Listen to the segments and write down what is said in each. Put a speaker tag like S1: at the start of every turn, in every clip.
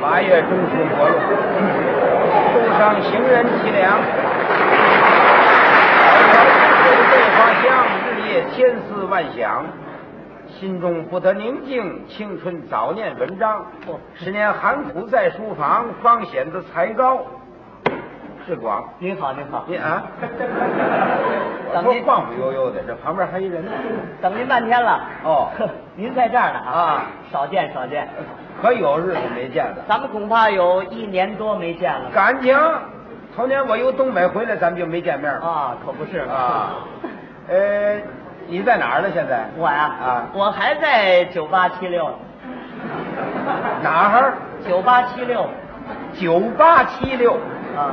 S1: 八月中旬左右，送上行人脊梁。桂花香，日夜千思万想，心中不得宁静。青春早念文章，十年寒苦在书房，方显得才高志广。
S2: 您好，您好，
S1: 您 啊，我
S2: 怎
S1: 说
S2: 么的
S1: 晃晃哦悠悠的，这旁边还一人呢。
S2: 等您半天了。
S1: 哦
S2: 您在这儿呢
S1: 嗯啊，
S2: 少见少见，
S1: 可有日子没见了，
S2: 咱们恐怕有一年多没见了。
S1: 感情，头年我由东北回来，咱们就没见面了。
S2: 啊，可不是嘛
S1: 啊，呃，你在哪儿呢？现在
S2: 我呀，
S1: 啊
S2: 我还在九八七六，
S1: 哪儿？
S2: 九八七六
S1: 九八七六，
S2: 啊，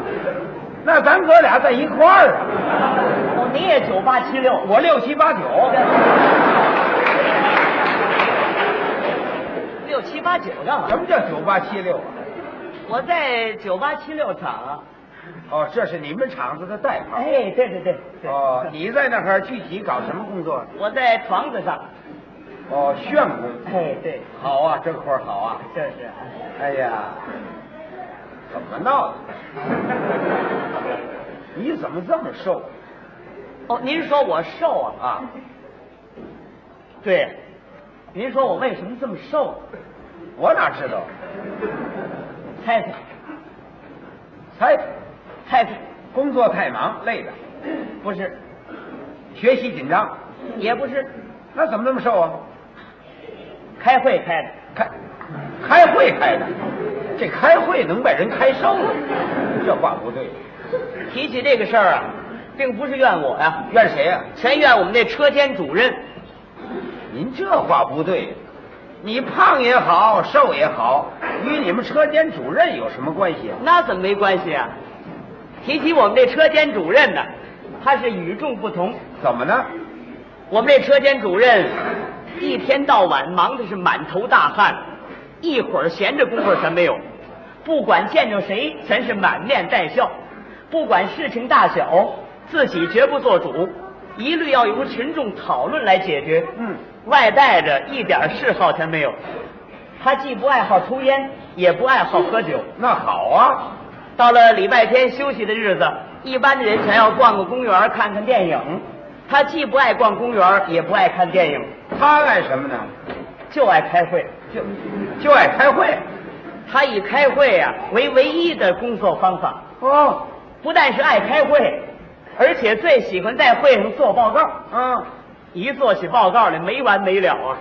S1: 那咱哥俩在一块儿啊。
S2: 哦，你也九八七六，
S1: 我六七八九，
S2: 六七八九干
S1: 什
S2: 嘛？
S1: 么叫九八七六啊？
S2: 我在九八七六厂啊。
S1: 哦，这是你们厂子的代号。
S2: 哎，对对对，对
S1: 啊哦，你在那儿具体搞什么工作？
S2: 我在床子上。
S1: 哦，炫工。
S2: 哎，对，
S1: 好啊，这活儿好啊。
S2: 这是。
S1: 哎呀，怎么闹的？你怎么这么瘦
S2: 哦，您说我瘦啊？
S1: 啊？
S2: 对，您说我为什么这么瘦？
S1: 我哪知道？
S2: 猜猜，
S1: 猜，
S2: 猜猜，
S1: 工作太忙，累的，
S2: 不是，
S1: 学习紧张，
S2: 也不是，
S1: 那怎么那么瘦啊？
S2: 开会开的。
S1: 开开会开的，这开会能把人开瘦了？这话不对，
S2: 提起这个事儿啊，并不是怨我呀、
S1: 怨谁啊呀、
S2: 全怨我们这车间主任。
S1: 您这话不对，你胖也好，瘦也好，与你们车间主任有什么关系啊？
S2: 那怎么没关系啊？提起我们这车间主任呢，他是与众不同。
S1: 怎么呢？
S2: 我们这车间主任一天到晚忙的是满头大汗，一会儿闲着功夫全没有。不管见着谁，全是满面带笑。不管事情大小，自己绝不做主，一律要由群众讨论来解决。
S1: 嗯，
S2: 外带着一点嗜好全没有。他既不爱好抽烟，也不爱好喝酒。
S1: 那好啊，
S2: 到了礼拜天休息的日子，一般的人想要逛个公园、看看电影。他既不爱逛公园，也不爱看电影，
S1: 他爱什么呢？
S2: 就爱开会。
S1: 就就爱开会。
S2: 他以开会啊为唯一的工作方法，
S1: 哦，
S2: 不但是爱开会，而且最喜欢在会上做报告。
S1: 啊，
S2: 一做起报告来没完没了啊！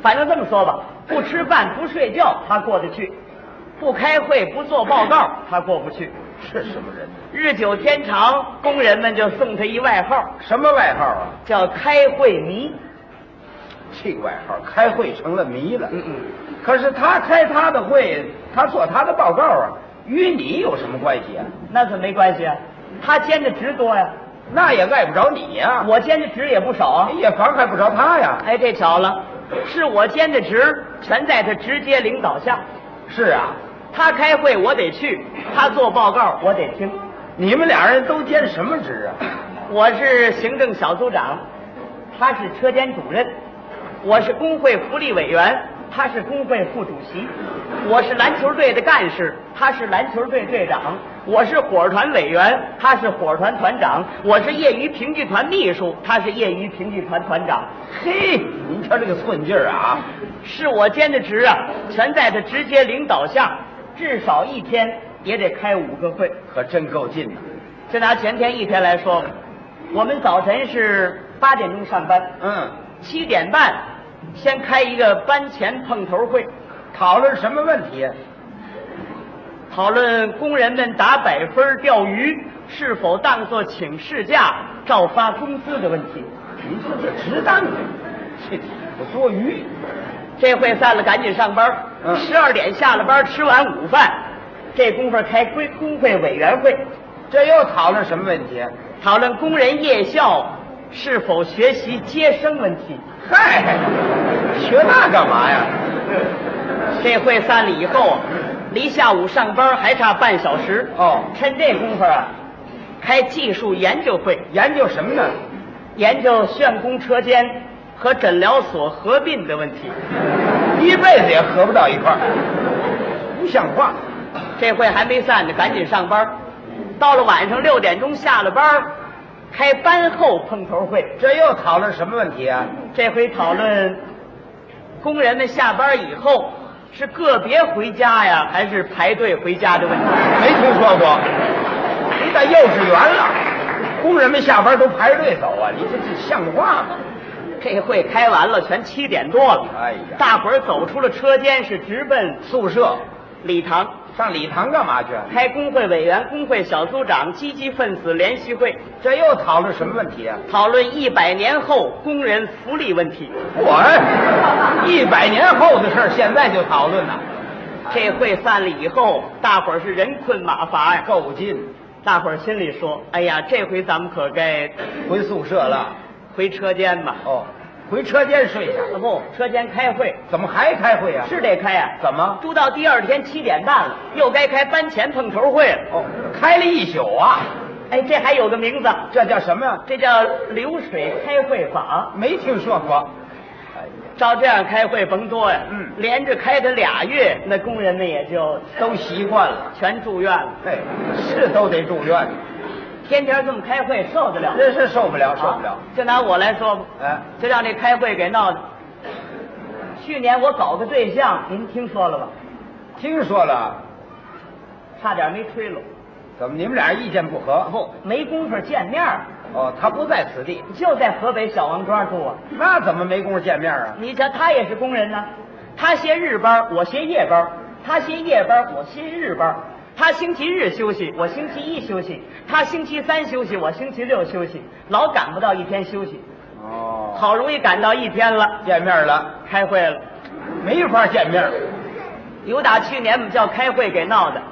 S2: 反正这么说吧，不吃饭不睡觉他过得去，不开会不做报告他过不去。
S1: 是什么人呢？
S2: 日久天长，工人们就送他一外号，
S1: 什么外号啊？
S2: 叫“开会迷
S1: 这个外号，开会成了迷了。”。
S2: 嗯嗯，
S1: 可是他开他的会，他做他的报告啊，与你有什么关系啊？
S2: 那可没关系啊，他兼的职多呀，
S1: 那也碍不着你呀、
S2: 我兼的职也不少啊。
S1: 也妨害不着他呀。
S2: 哎，这巧了，是我兼的职，全在他直接领导下。
S1: 是啊，
S2: 他开会我得去，他做报告我得听。
S1: 你们俩人都兼什么职啊？
S2: 我是行政小组长，他是车间主任，我是工会福利委员，他是工会副主席，我是篮球队的干事，他是篮球队队长，我是火团委员，他是火团团长，我是业余评剧团秘书，他是业余评剧团团长。
S1: 嘿，您瞧这个寸劲儿啊！
S2: 是我兼的职啊，全在他直接领导下，至少一天也得开五个会。
S1: 可真够劲的。
S2: 就拿前天一天来说，我们早晨是八点钟上班，
S1: 嗯，
S2: 七点半先开一个班前碰头会，
S1: 讨论什么问题？
S2: 讨论工人们打百分钓鱼是否当作请事假照发工资的问题。
S1: 您说这值当的，这我多余。
S2: 这会散了，赶紧上班。
S1: 嗯
S2: 十二点下了班，吃完午饭，这功夫开工工会委员会，
S1: 这又讨论什么问题？
S2: 讨论工人夜校是否学习接生问题。
S1: 嗨，学那干嘛呀？
S2: 这会散了以后，啊离下午上班还差半小时。
S1: 哦
S2: 趁这功夫啊，开技术研究会，
S1: 研究什么呢？
S2: 研究旋工车间和诊疗所合并的问题。
S1: 一辈子也合不到一块儿。不像话。
S2: 这会还没散呢，赶紧上班。到了晚上六点钟下了班，开班后碰头会，
S1: 这又讨论什么问题啊？
S2: 这回讨论工人们下班以后是个别回家呀，还是排队回家的问题。
S1: 没听说过。你在幼稚园了，工人们下班都排队走啊，你这这像话吗？
S2: 这会开完了，全七点多了。
S1: 哎呀
S2: 大伙儿走出了车间，是直奔
S1: 宿舍
S2: 礼堂。
S1: 上礼堂干嘛去？啊
S2: 开工会委员、工会小组长、积极分子联席会，
S1: 这又讨论什么问题啊？
S2: 讨论一百年后工人福利问题。
S1: 我哎一百年后的事儿，现在就讨论呐，哎
S2: 这会散了以后，大伙儿是人困马乏呀。
S1: 够劲！
S2: 大伙儿心里说：“哎呀，这回咱们可该
S1: 回宿舍了。
S2: 回车间吧。
S1: 哦，回车间睡去。
S2: 不，车间开会
S1: 怎么还开会啊？
S2: 是得开呀、
S1: 怎么？
S2: 住到第二天七点半了，又该开班前碰头会了。
S1: 哦，开了一宿啊，
S2: 哎，这还有个名字，
S1: 这叫什么呀？
S2: 这叫流水开会法。
S1: 没听说过。
S2: 照这样开会甭多呀，
S1: 嗯
S2: 连着开他俩月，那工人们也就
S1: 都习惯了。
S2: 全住院了。
S1: 哎，是都得住院，
S2: 天天这么开会，受得了？
S1: 真是受不了，受不了
S2: 啊。就拿我来说吧，
S1: 哎，
S2: 就让这开会给闹的。去年我搞个对象，您听说了吧？
S1: 听说了，
S2: 差点没吹了，
S1: 怎么你们俩意见不合？
S2: 没工夫见面儿，
S1: 哦，他不在此地，
S2: 就在河北小王庄住啊。
S1: 那怎么没工夫见面啊？
S2: 你瞧，他也是工人呢、他歇日班儿，我歇夜班儿；他歇夜班儿，我歇日班儿；他星期日休息，我星期一休息；他星期三休息，我星期六休息，老赶不到一天休息。
S1: 哦，
S2: 好容易赶到一天了，
S1: 见面了，
S2: 开会了。
S1: 没法见面。
S2: 有打去年我们叫开会给闹的，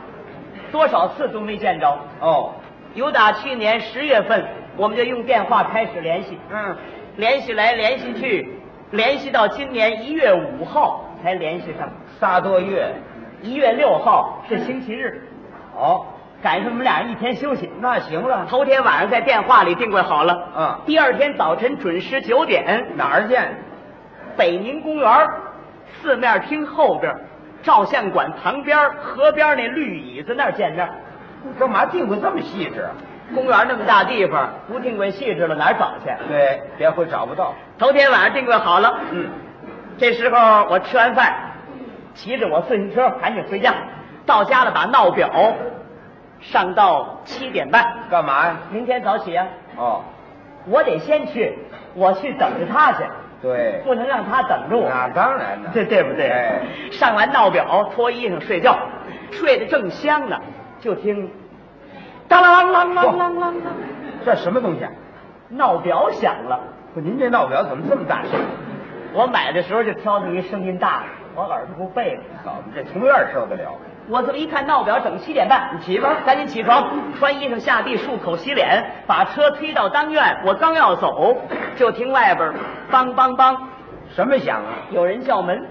S2: 多少次都没见着。
S1: 哦，
S2: 有打去年十月份，我们就用电话开始联系，
S1: 嗯，
S2: 联系来联系去，联系到今年一月五号才联系上。
S1: 仨多月。
S2: 一月六号是星期日，
S1: 哦，
S2: 赶上我们俩人一天休息。
S1: 那行了，
S2: 头天晚上在电话里定位好了，
S1: 嗯
S2: 第二天早晨准时九点，
S1: 哪儿见？
S2: 北宁公园四面厅后边，照相馆旁边，河边那绿椅子那儿见面。
S1: 干嘛定位这么细致啊？
S2: 公园那么大地方，不定位细致了哪儿找去？
S1: 对，别会找不到。
S2: 头天晚上定位好了，
S1: 嗯，
S2: 这时候我吃完饭，骑着我自行车赶紧回家，到家了把闹表上到七点半，
S1: 干嘛呀？
S2: 明天早起啊，
S1: 哦，
S2: 我得先去，我去等着他去，
S1: 对，
S2: 不能让他等着我，
S1: 那当然了，
S2: 这哦对不对
S1: 哎？
S2: 上完闹表，脱衣裳睡觉，睡得正香呢，就听当啷啷啷啷啷啷啷，
S1: 这什么东西啊？
S2: 闹表响了。
S1: 不，您这闹表怎么这么大声？
S2: 我买的时候就挑着一声音大的，我耳朵不背了。
S1: 好，这从院儿受得了？
S2: 我这么一看闹表，整七点半，你起吧，赶紧起床，穿衣裳下地，漱口洗脸，把车推到当院。我刚要走，就听外边儿梆梆梆，
S1: 什么响啊？
S2: 有人叫门。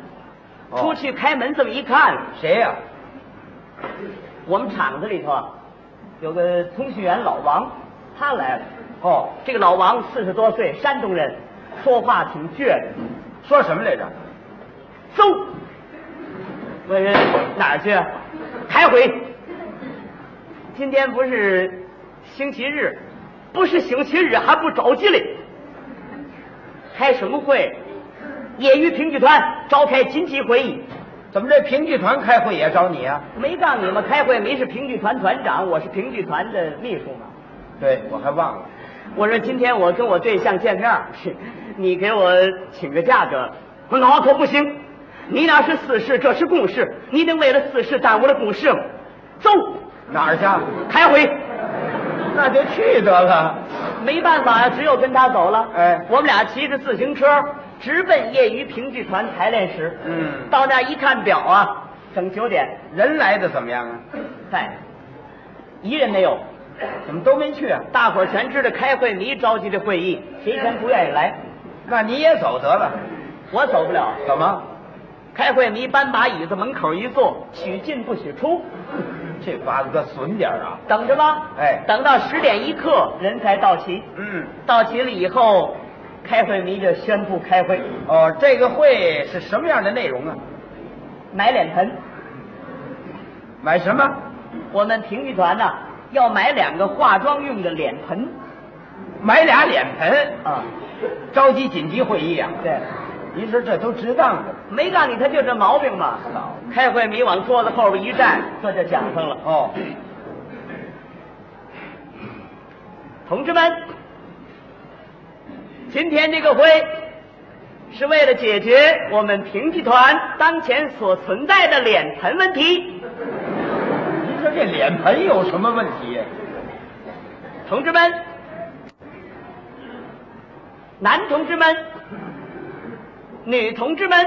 S1: 哦
S2: 出去开门，这么一看，
S1: 谁哎呀、
S2: 我们厂子里头啊，有个通讯员老王，他来了。
S1: 哦，
S2: 这个老王四十多岁，山东人，说话挺倔的。
S1: 说什么来着？
S2: 走，我说哪儿去啊？开会。今天不是星期日，不是星期日还不着急嘞？开什么会？业余评剧团召开紧急会议。
S1: 怎么这评剧团开会也找你啊？
S2: 没告诉你们开会，您是评剧团团长，我是评剧团的秘书嘛。
S1: 对，我还忘了。
S2: 我说今天我跟我对象见面儿，你给我请个假得了。我说那可不行，你那是私事，这是公事，你能为了私事耽误了公事吗？走，
S1: 哪儿去？啊
S2: 开会。
S1: 那就去得了。
S2: 没办法呀，只有跟他走了。
S1: 哎
S2: 我们俩骑着自行车直奔业余评剧团排练室。
S1: 嗯
S2: 到那儿一看表啊，整九点。
S1: 人来的怎么样啊？
S2: 嗨，一人没有，
S1: 怎么都没去啊？
S2: 大伙儿全知道开会迷着急这会议，谁全不愿意来。
S1: 那你也走得了。
S2: 我走不了，
S1: 怎么？
S2: 开会迷搬把椅子门口一坐，许进不许出，
S1: 这法子可损点儿啊。
S2: 等着吧。
S1: 哎
S2: 等到十点一刻人才到齐，
S1: 嗯，
S2: 到齐了以后，开会迷就宣布开会，
S1: 哦，这个会是什么样的内容啊？
S2: 买脸盆，
S1: 买什么？
S2: 我们评剧团呢、要买两个化妆用的脸盆
S1: 买俩脸盆，
S2: 啊，
S1: 召集紧急会议啊！
S2: 对，
S1: 您说这都值当的
S2: 没告诉你他就这毛病嘛。开会你往桌子后边一站，这就讲上了。
S1: 哦。
S2: 同志们，今天这个会是为了解决我们评剧团当前所存在的脸盆问题。
S1: 您说这脸盆有什么问题？啊
S2: 同志们，男同志们，女同志们，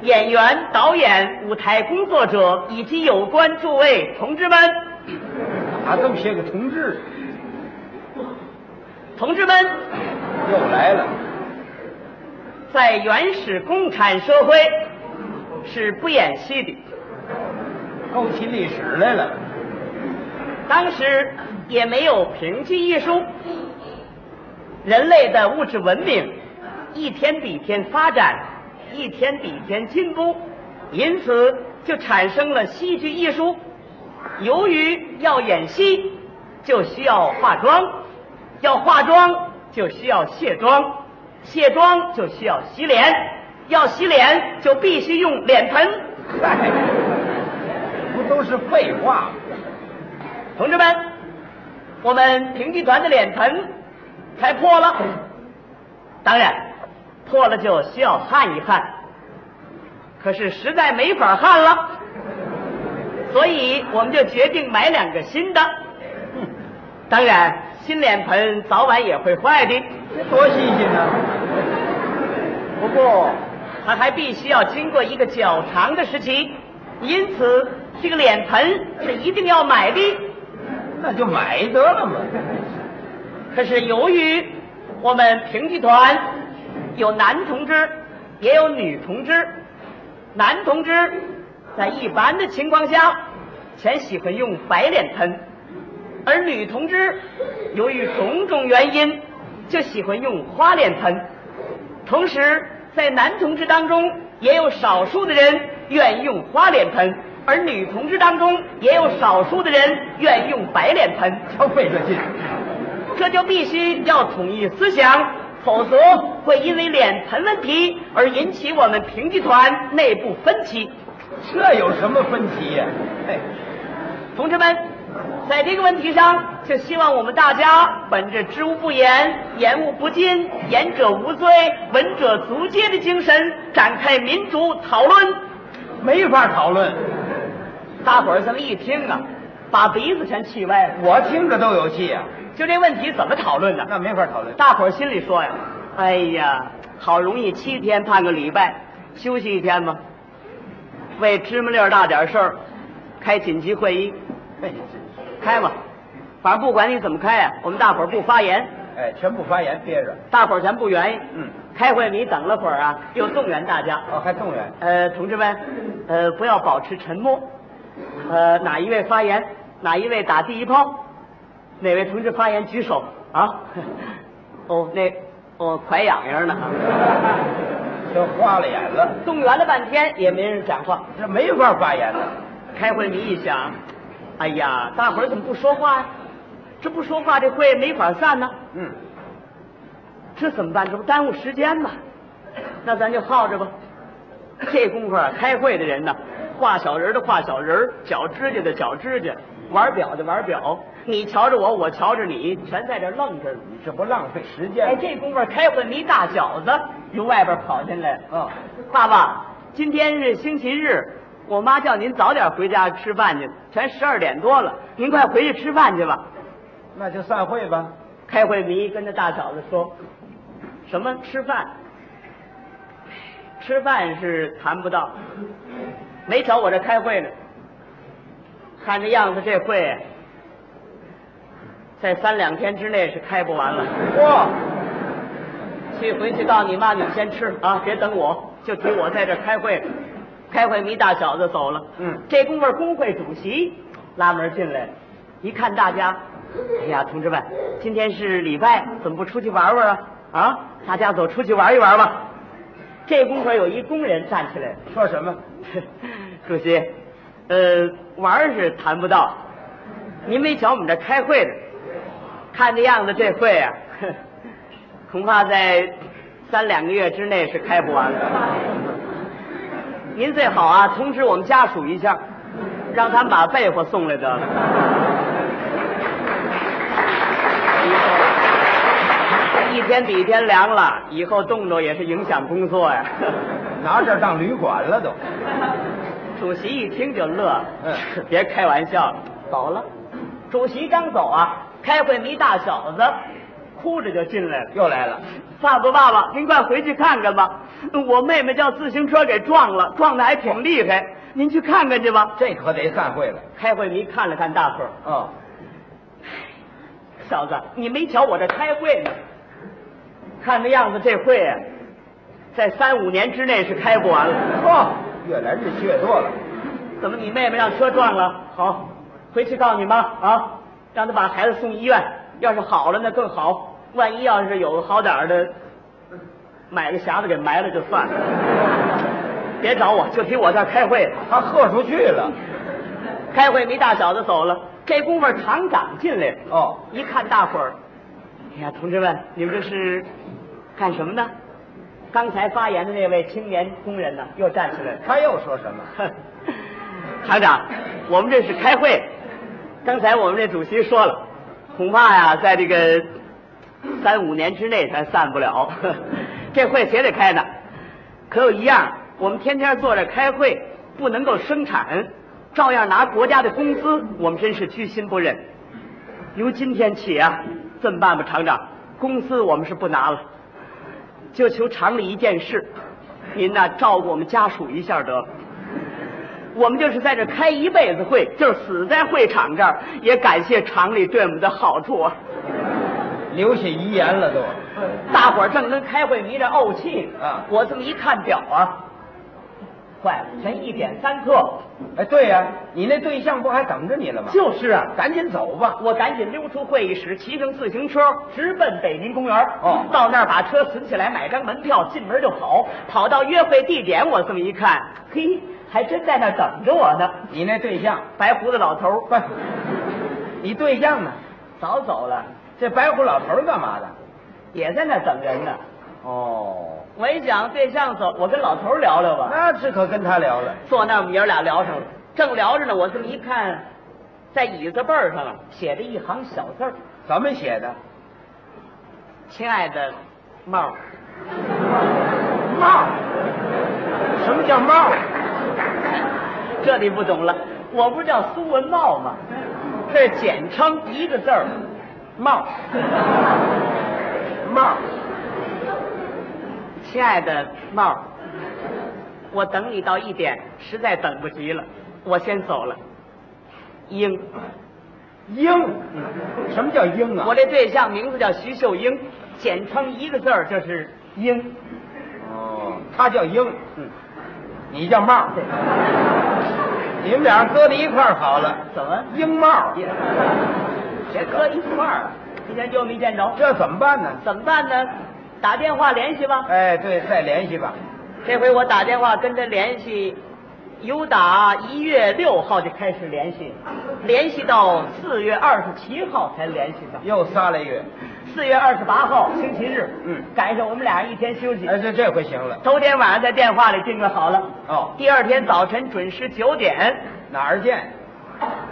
S2: 演员、导演、舞台工作者以及有关诸位同志们，
S1: 啊，这么些个同志
S2: 同志们，
S1: 又来了，
S2: 在原始共产社会是不演戏的。
S1: 勾起历史来了。
S2: 当时也没有评剧艺术，人类的物质文明一天比一天发展，一天比一天进步，因此就产生了戏剧艺术。由于要演戏，就需要化妆，要化妆就需要卸妆，卸妆就需要洗脸，要洗脸就必须用脸盆。
S1: 嗨，哎不都是废话吗？
S2: 同志们，我们评剧团的脸盆开破了，当然破了就需要焊一焊，可是实在没法焊了，所以我们就决定买两个新的。当然，新脸盆早晚也会坏的，
S1: 这多新鲜呢！
S2: 不过它还必须要经过一个较长的时期，因此这个脸盆是一定要买的。
S1: 那就买得了嘛。
S2: 可是由于我们评剧团有男同志，也有女同志，男同志在一般的情况下，全喜欢用白脸盆，而女同志由于种种原因，就喜欢用花脸盆。同时，在男同志当中，也有少数的人愿意用花脸盆，而女同志当中也有少数的人愿意用白脸盆。
S1: 瞧费这劲，
S2: 这就必须要统一思想，否则会因为脸盆问题而引起我们评剧团内部分歧。
S1: 这有什么分歧呀、哎，
S2: 同志们，在这个问题上，就希望我们大家本着知无不言、言无不尽、言者无罪、闻者足戒的精神，展开民主讨论。
S1: 没法讨论，
S2: 大伙儿这么一听啊，把鼻子全气歪了。
S1: 我听着都有气啊，
S2: 就这问题怎么讨论呢？
S1: 那没法讨论。
S2: 大伙儿心里说呀：“哎呀，好容易七天盼个礼拜，休息一天吧。为芝麻粒儿大点事儿，开紧急会议，
S1: 哎，真是
S2: 开吧。反正不管你怎么开呀、我们大伙儿不发言，
S1: 哎，全部发言憋着。
S2: 大伙儿咱不愿意。
S1: 嗯，
S2: 开会你等了会儿啊，又动员大家。
S1: 哦，还动员，
S2: 呃，同志们，呃，不要保持沉默。呃，哪一位发言，哪一位打第一炮，哪位同志发言举手啊？ 哦，那哦，快痒痒呢。
S1: 都花了眼了，
S2: 动员了半天也没人讲话。
S1: 这没法发言了。
S2: 开会你一想，哎呀，大伙儿怎么不说话呀、这不说话，这会没法散呢、
S1: 嗯，
S2: 这怎么办？这不耽误时间吗？那咱就耗着吧。这功夫啊，开会的人呢，画小人的画小人，绞指甲的绞指甲，玩表的玩表。你瞧着我，我瞧着你，全在这愣着呢。
S1: 你这不浪费时间
S2: 哎，
S1: 吗？
S2: 这功夫开会，一大小子由外边跑进来了。哦
S1: 啊、
S2: 爸爸，今天是星期日，我妈叫您早点回家吃饭去，全十二点多了，您快回去吃饭去吧。
S1: 那就散会吧。
S2: 开会迷跟那大小子说，什么吃饭？吃饭是谈不到，没瞧我这开会呢。看这样子，这会在三两天之内是开不完了。
S1: 哇，
S2: 去回去告你妈，你先吃啊，别等我，就提我在这儿开会。开会，迷大小子走了。
S1: 嗯
S2: 这功夫工会主席拉门进来了，一看大家，哎呀，同志们，今天是礼拜，怎么不出去玩玩啊？啊，大家走出去玩一玩吧。这功夫有一工人站起来了，
S1: 说什么？
S2: 主席，呃，玩儿是谈不到。您没瞧我们这开会呢，看这样子，这会啊， 呵恐怕在三两个月之内是开不完了。您最好啊，通知我们家属一下，让他们把被窝送来得了。 以后一天比一天凉了，以后冻着也是影响工作呀。
S1: 拿这儿当旅馆了都。
S2: 主席一听就乐了，
S1: 嗯
S2: 是 别开玩笑了。
S1: 走了，
S2: 主席刚走啊，开会那一大小子哭着就进来了。
S1: 又来了。
S2: 爸爸，爸爸，您快回去看看吧，我妹妹叫自行车给撞了，撞的还挺厉害，您去看看去吧。
S1: 这可得散会了。
S2: 开会迷看了看大伙儿，
S1: 哦，
S2: 小子，你没瞧我这开会呢？看那样子，这会啊，在三五年之内是开不完了。
S1: 嚯，哦越来越血多了。
S2: 怎么，你妹妹让车撞了？好，回去告诉你妈啊，让她把孩子送医院。要是好了那更好，万一要是有个好点儿的，买个匣子给埋了就算了。别找我，就提我这儿开会。
S1: 他喝出去了。
S2: 开会没大小子走了，这功夫厂长进来了。
S1: 哦，
S2: 一看大伙儿，哎呀，同志们，你们这是干什么呢？刚才发言的那位青年工人呢，又站起来了。
S1: 他又说什么？
S2: 哼 厂长，我们这是开会。刚才我们这主席说了，恐怕呀，在这个三五年之内咱散不了。 这会谁得开呢？可有一样，我们天天坐着开会，不能够生产，照样拿国家的工资，我们真是居心不忍。由今天起啊，这么办吧，厂长，工资我们是不拿了，就求厂里一件事，您呐、照顾我们家属一下得了。我们就是在这开一辈子会，就是死在会场这儿，也感谢厂里对我们的好 处啊！
S1: 留下遗言了都。
S2: 大伙儿正跟开会迷着怄气呢，
S1: 啊
S2: 我这么一看表啊，坏了，才一点三刻，
S1: 哎，对呀、你那对象不还等着你了吗？
S2: 就是啊，
S1: 赶紧走吧。
S2: 我赶紧溜出会议室，骑上自行车，直奔北林公园。
S1: 哦
S2: 到那儿把车存起来，买张门票，进门就跑。跑到约会地点，我这么一看，嘿，还真在那儿等着我呢。
S1: 你那对象
S2: 白胡子老头儿
S1: 不，你对象呢？
S2: 早走了，
S1: 这白胡老头儿干嘛的？
S2: 也在那儿等人呢。
S1: 哦，
S2: 我一想对象走，我跟老头儿聊聊吧。
S1: 那这可跟他聊了。
S2: 坐那儿我们爷儿俩聊上了，正聊着呢，我这么一看，在椅子背儿上啊写着一行小字儿
S1: 怎么写的？：“
S2: 亲爱的帽儿，
S1: 帽儿。什么叫帽儿？
S2: 这你不懂了，我不是叫苏文茂吗？这是简称一个字儿，
S1: 帽儿。帽儿。
S2: 亲爱的帽儿，我等你到一点，实在等不及了，我先走了。英，
S1: 鹰。什么叫鹰啊？
S2: 我这对象名字叫徐秀英，简称一个字儿就是英。
S1: 哦，他叫鹰，嗯，你叫帽，你们俩搁在一块儿好了，
S2: 怎么？
S1: 鹰帽，
S2: 别搁一块儿了，今天就没见着。
S1: 这怎么办呢？
S2: 怎么办呢？打电话联系吧。
S1: 哎，对，再联系吧。
S2: 这回我打电话跟他联系，由打一月六号就开始联系，联系到四月二十七号才联系上。
S1: 又仨来月，
S2: 四月二十八号星期日，
S1: 嗯
S2: 赶上我们俩人一天休息。
S1: 哎，这这回行了。
S2: 头天晚上在电话里定了好了，
S1: 哦，
S2: 第二天早晨准时九点，
S1: 哪儿见？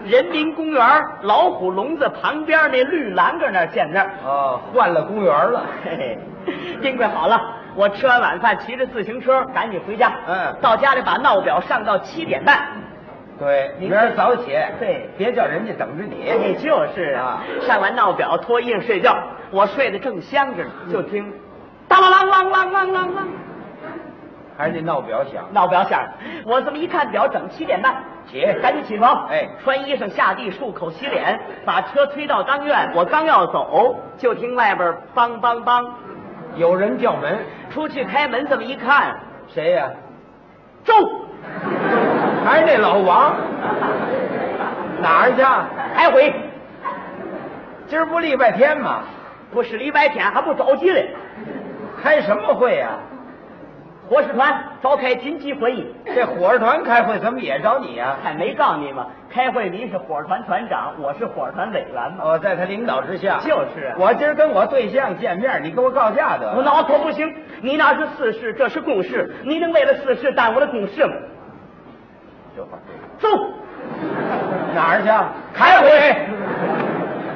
S2: 人民公园老虎笼子旁边那绿栏杆那儿见面。
S1: 哦，换了公园了。
S2: 嘿嘿，定位好了，我吃完晚饭，骑着自行车赶紧回家。
S1: 嗯
S2: 到家里把闹表上到七点半。
S1: 对，
S2: 您
S1: 明儿早起。
S2: 对
S1: 别叫人家等着你。
S2: 哎，就是啊
S1: 啊，
S2: 上完闹表，脱衣裳睡觉。我睡得正香着呢，就听当啷啷啷啷啷啷啷，
S1: 还是那闹表响。
S2: 闹表响了。我这么一看表，整七点半。
S1: 起
S2: 赶紧起床！
S1: 哎
S2: 穿衣裳下地，漱口洗脸，把车推到当院。我刚要走，就听外边梆梆梆，
S1: 有人叫门，
S2: 出去开门，这么一看，
S1: 谁呀？
S2: 中，
S1: 还是那老 王。哪儿去？
S2: 开回。
S1: 今儿不礼拜天吗？
S2: 不是礼拜天还不着急
S1: 啊
S2: 嘞，
S1: 开什么会呀、
S2: 火使团召开紧急会议，
S1: 这火儿团开会怎么也找你啊？
S2: 还没告诉你吗？开会你是火团团长，我是火团委员嘛。
S1: 哦，在他领导之下，
S2: 就是啊
S1: 我今儿跟我对象见面，你给我告假得了。
S2: 我那可不行，你那是私事，这是公事，你能为了私事耽误了公事吗？
S1: 这话对
S2: 走，
S1: 哪儿去啊？开会，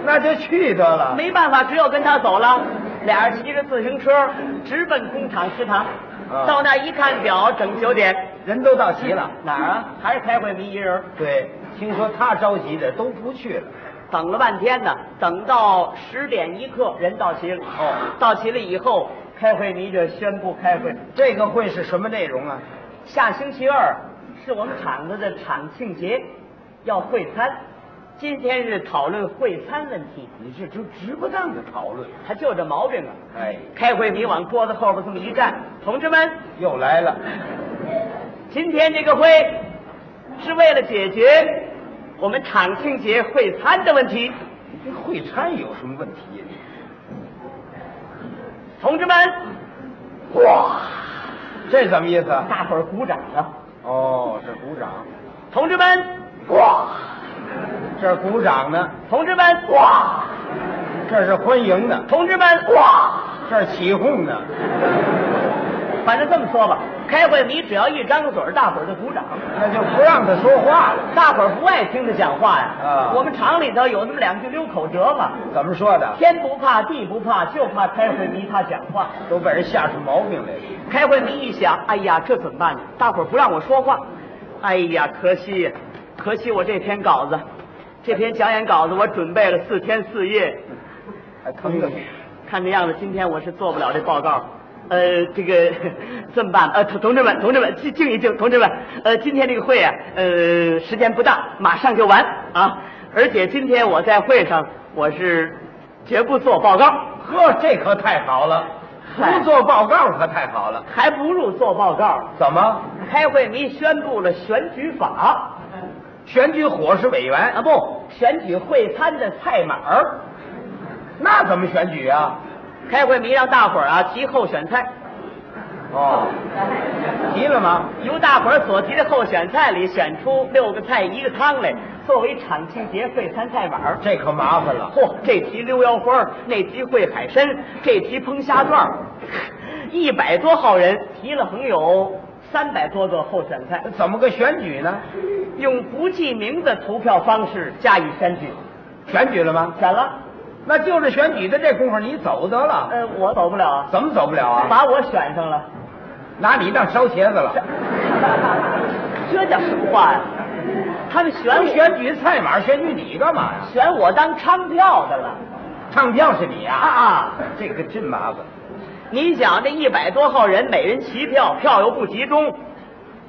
S1: 那就去得了。
S2: 啊没办法，只有跟他走了。俩人骑着自行车直奔工厂食堂，
S1: 啊
S2: 到那一看表，整九点。
S1: 人都到齐了。
S2: 哪儿啊？还是开会迷一人儿，
S1: 对，听说他着急的都不去了。
S2: 等了半天呢，等到十点一刻，人到齐了。
S1: 哦，
S2: 到齐了以后，开会迷这宣布开会。
S1: 这个会是什么内容啊？
S2: 下星期二是我们厂子的厂庆节，要会餐。今天是讨论会餐问题，
S1: 你这就值不当的讨论。
S2: 他就这毛病啊！
S1: 哎，
S2: 开会你往桌子后边这么一站，同志们，
S1: 又来了。
S2: 今天这个会是为了解决我们厂庆节会餐的问题。
S1: 你这会餐有什么问题呀、
S2: 同志们，
S1: 哇，这什么意思？
S2: 大伙儿鼓掌啊！
S1: 哦，是鼓掌。
S2: 同志们，
S1: 哇，这儿鼓掌呢，
S2: 同志们，哇！
S1: 这是欢迎呢，
S2: 同志们，哇！
S1: 这儿起哄呢。
S2: 反正这么说吧，开会你只要一张嘴儿，大伙儿就鼓掌。
S1: 那就不让他说话了。
S2: 大伙儿不爱听他讲话呀。
S1: 啊
S2: 我们厂里头有那么两句溜口辙嘛，
S1: 怎么说的？
S2: 天不怕地不怕，就怕开会迷他讲话。
S1: 都被人吓出毛病来了。
S2: 开会迷一想，哎呀，这怎么办呢？大伙儿不让我说话，哎呀，可惜呀，可惜我这篇稿子，这篇讲演稿子我准备了四天四夜，
S1: 还疼
S2: 哎
S1: 着你。
S2: 看这样子，今天我是做不了这报告。呃，这个 这么办吧？呃，同同志们，同志们，静静一静，同志们，呃，今天这个会啊，呃，时间不大，马上就完啊。而且今天我在会上，我是绝不做报告，
S1: 呵，这可太好了，
S2: 嗨
S1: 不做报告可太好了。
S2: 还不如做报告。
S1: 怎么？
S2: 开会您宣布了选举法
S1: 选举伙食委员
S2: 啊，不，选举会餐的菜码儿。
S1: 那怎么选举啊？
S2: 开会迷让大伙儿啊提候选菜，
S1: 哦，急了吗？
S2: 由大伙儿所提的候选菜里选出六个菜一个汤来，作为厂庆节会餐菜碗儿。
S1: 这可麻烦了。
S2: 嚯、这题溜腰花儿，那题烩海参，这题烹虾段儿，一百多号人提了横有三百多个候选菜，
S1: 怎么个选举呢？
S2: 用不记名的投票方式加以选举。
S1: 选举了吗？
S2: 选了，
S1: 那就着选举的这功夫，你走得了？
S2: 呃，我走不了啊，
S1: 怎么走不了啊？
S2: 把我选上了，
S1: 拿你当烧茄子了？
S2: 这叫什么话呀、他们选
S1: 咱
S2: 我
S1: 选举菜码，选举你干嘛呀？
S2: 选我当唱票的了
S1: 唱票是你呀、
S2: 啊啊！
S1: 这个真麻烦。
S2: 你想这一百多号人，每人齐票，票又不集中，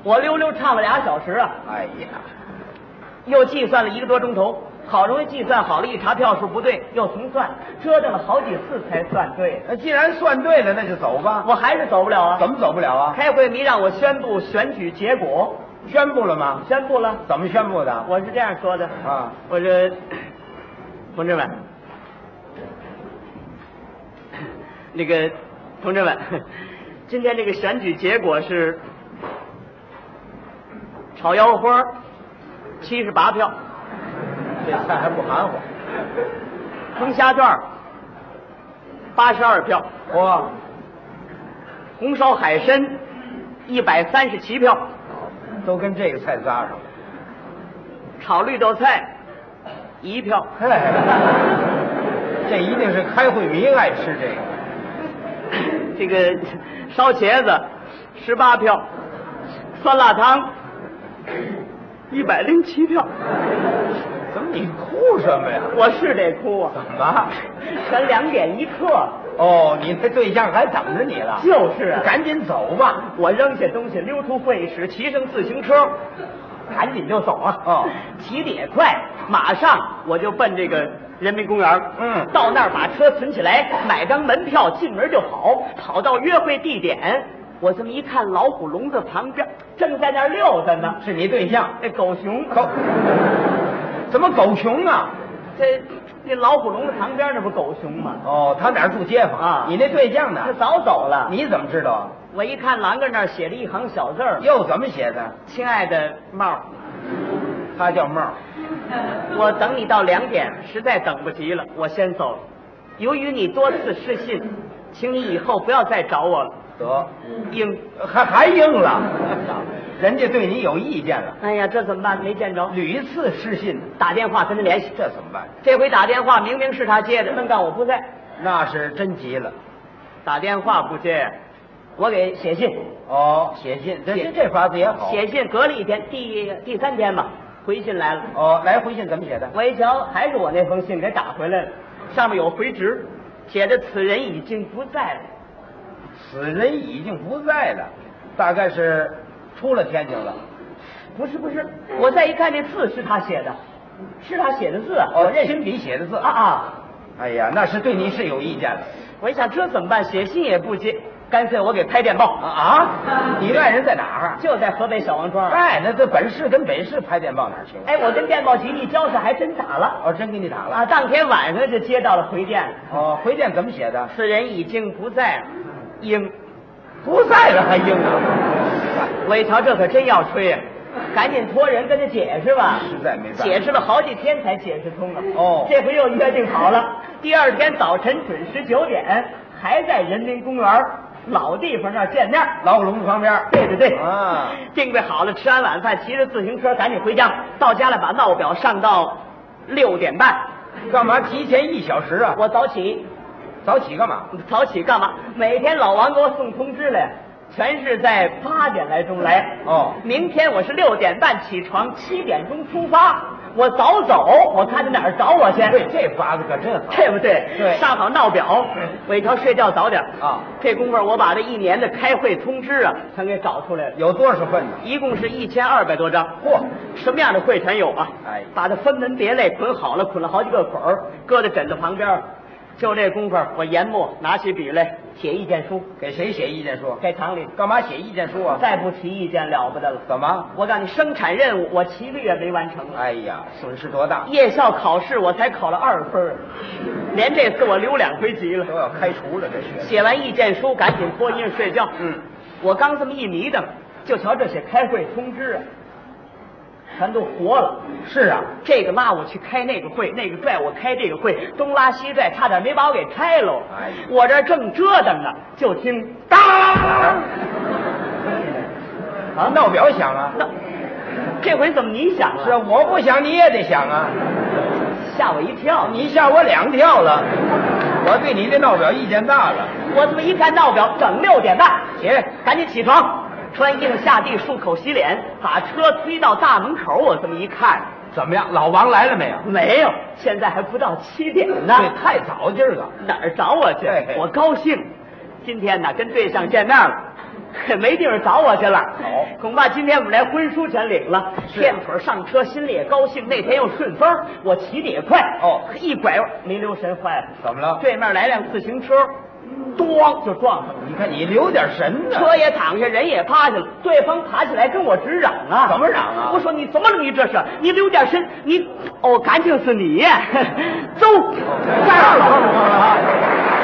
S2: 我溜溜唱了俩小时啊，
S1: 哎呀，
S2: 又计算了一个多钟头，好容易计算好了，一查票数不对，又重算，折腾了好几次才算对。
S1: 那既然算对了，那就走吧。
S2: 我还是走不了啊！
S1: 怎么走不了啊？
S2: 开会迷让我宣布选举结果，
S1: 宣布了吗？
S2: 宣布了，
S1: 怎么宣布的？
S2: 我是这样说的
S1: 啊，
S2: 我说， 同志们， 那个同志们， 今天这个选举结果是炒腰花七十八票，
S1: 这菜还不含糊。
S2: 红虾段八十二票，
S1: 哇，
S2: 红烧海参一百三十七票，
S1: 都跟这个菜搭上了。
S2: 炒绿豆菜一票。
S1: 嘿，这一定是开会迷爱吃这个。
S2: 这个烧茄子十八票，酸辣汤一百零七票，
S1: 怎么你哭什么呀？
S2: 我是得哭啊！
S1: 怎么了？
S2: 全两点一刻，
S1: 哦，你那对象还等着你了。
S2: 就是啊！
S1: 赶紧走吧。
S2: 我扔下东西，溜出会议室，骑上自行车，赶紧就走啊！
S1: 哦，
S2: 骑得也快，马上我就奔这个人民公园。
S1: 嗯
S2: 到那儿把车存起来，买张门票，进门就跑，跑到约会地点。我这么一看，老虎笼子旁边正在那儿溜达呢。哎
S1: 是你对象
S2: 那狗熊，
S1: 狗，怎么狗熊啊？
S2: 这那老虎笼子旁边那不狗熊吗？
S1: 哦，他哪儿住街坊
S2: 啊
S1: 你那对象
S2: 他
S1: 呢？
S2: 早走了。
S1: 你怎么知道啊？
S2: 我一看栏杆那儿写着一行小字儿
S1: 又怎么写的？：“
S2: 亲爱的帽儿，
S1: 他叫帽儿。
S2: 我等你到两点，实在等不及了，我先走了。由于你多次失信，请你以后不要再找我了。
S1: 得，
S2: 应，
S1: 还还应了，人家对你有意见了，
S2: 哎呀，这怎么办？没见着，
S1: 屡次失信，
S2: 打电话跟他联系。
S1: 这怎么办？
S2: 这回打电话明明是他接的，愣告我不在，
S1: 那是真急了。
S2: 打电话不接，我给写信，
S1: 哦，写信，这这这法子也好。
S2: 写信隔了一天，第第三天吧，回信来了。
S1: 哦，来回信怎么写的？
S2: 我一瞧，还是我那封信给打回来了，上面有回执，写着此人已经不在了。
S1: 此人已经不在了，大概是出了天津了。
S2: 不是不是，我再一看这字是他写的，是他写的字啊，
S1: 哦
S2: 我，认识
S1: 亲笔写的字
S2: 啊！啊！
S1: 哎呀，那是对你是有意见了
S2: 我一想这怎么办？写信也不接，干脆我给拍电报，
S1: 啊！你爱人在哪儿啊？
S2: 就在河北小王庄。
S1: 哎，那这本市跟北市拍电报哪儿去了？
S2: 哎，我跟电报局一交涉，还真打了
S1: 哦，真给你打了。
S2: 啊！当天晚上就接到了回电了，
S1: 哦，回电怎么写的？
S2: 此人已经不在了，应。
S1: 不在了还应啊？
S2: 我一瞧这可真要吹呀、赶紧托人跟他解释吧。
S1: 实在没办法
S2: 解释了好几天才解释通了。
S1: 哦
S2: 这回又约定好了，第二天早晨准时九点，还在人民公园老地方那儿见面。
S1: 老虎笼子旁边。
S2: 对对对，
S1: 啊，
S2: 定位好了，吃完晚饭，骑着自行车赶紧回家，到家了把闹表上到六点半。
S1: 干嘛提前一小时啊？
S2: 我早起，
S1: 早起干嘛？
S2: 早起干嘛？每天老王给我送通知来，全是在八点来钟来。
S1: 哦
S2: 明天我是六点半起床，七点钟出发。我早走，我看他哪儿找我去，
S1: 对，这法子可真好。
S2: 对不对？
S1: 对
S2: 上好闹表，我一条睡觉早点
S1: 啊。
S2: 这功夫我把这一年的开会通知啊，全给找出来了，
S1: 有多少份呢？
S2: 一共是一千二百多张。
S1: 嚯，
S2: 什么样的会全有啊？
S1: 哎
S2: 把它分门别类捆好了，捆了好几个捆儿，搁在枕头旁边儿。就这功夫，我研墨拿起笔来写意见书，
S1: 给谁写意见书？
S2: 在厂里
S1: 干嘛写意见书啊？
S2: 再不提意见了不得了。
S1: 怎么？
S2: 我告诉你，生产任务我七个月没完成啊，
S1: 哎呀，损失多大，
S2: 夜校考试我才考了二分儿，连这次我留两回级了
S1: 都。要开除了这学。
S2: 写完意见书，赶紧脱衣裳睡觉。
S1: 嗯，
S2: 我刚这么一迷瞪，就瞧这些开会通知啊，全都活了。
S1: 是啊，
S2: 这个拉我去开那个会，那个拽我开这个会，东拉西拽，差点没把我给开喽。
S1: 哎呀
S2: 我这正折腾呢，就听当
S1: 啊，闹表响啊。
S2: 那这回怎么你响了？
S1: 是啊，我不想你也得想啊，
S2: 吓我一跳！
S1: 你吓我两跳了。我对你这闹表意见大了。
S2: 我这么一看闹表，整六点半，
S1: 写
S2: 赶紧起床，穿衣裳下地，漱口洗脸，把车推到大门口。我这么一看，
S1: 怎么样？老王来了没有？
S2: 没有，现在还不到七点呢。
S1: 这太早今儿个。
S2: 哪儿找我去
S1: 嘿嘿？
S2: 我高兴，今天呢跟对象见面了， 没地方找我去了。
S1: 好
S2: 恐怕今天我们连婚书全领了，
S1: 是
S2: 垫腿上车，心里也高兴。那天又顺风，我骑的也快，
S1: 哦
S2: 一拐弯没留神坏了，
S1: 怎么了？
S2: 对面来辆自行车，咣就撞上了，
S1: 你看你留点神呢。
S2: 车也躺下，人也趴下了。对方爬起来跟我直嚷啊，
S1: 怎么嚷啊
S2: 我说你怎么了？你这是？你留点神， 你哦，感情是你，走，
S1: 这儿了。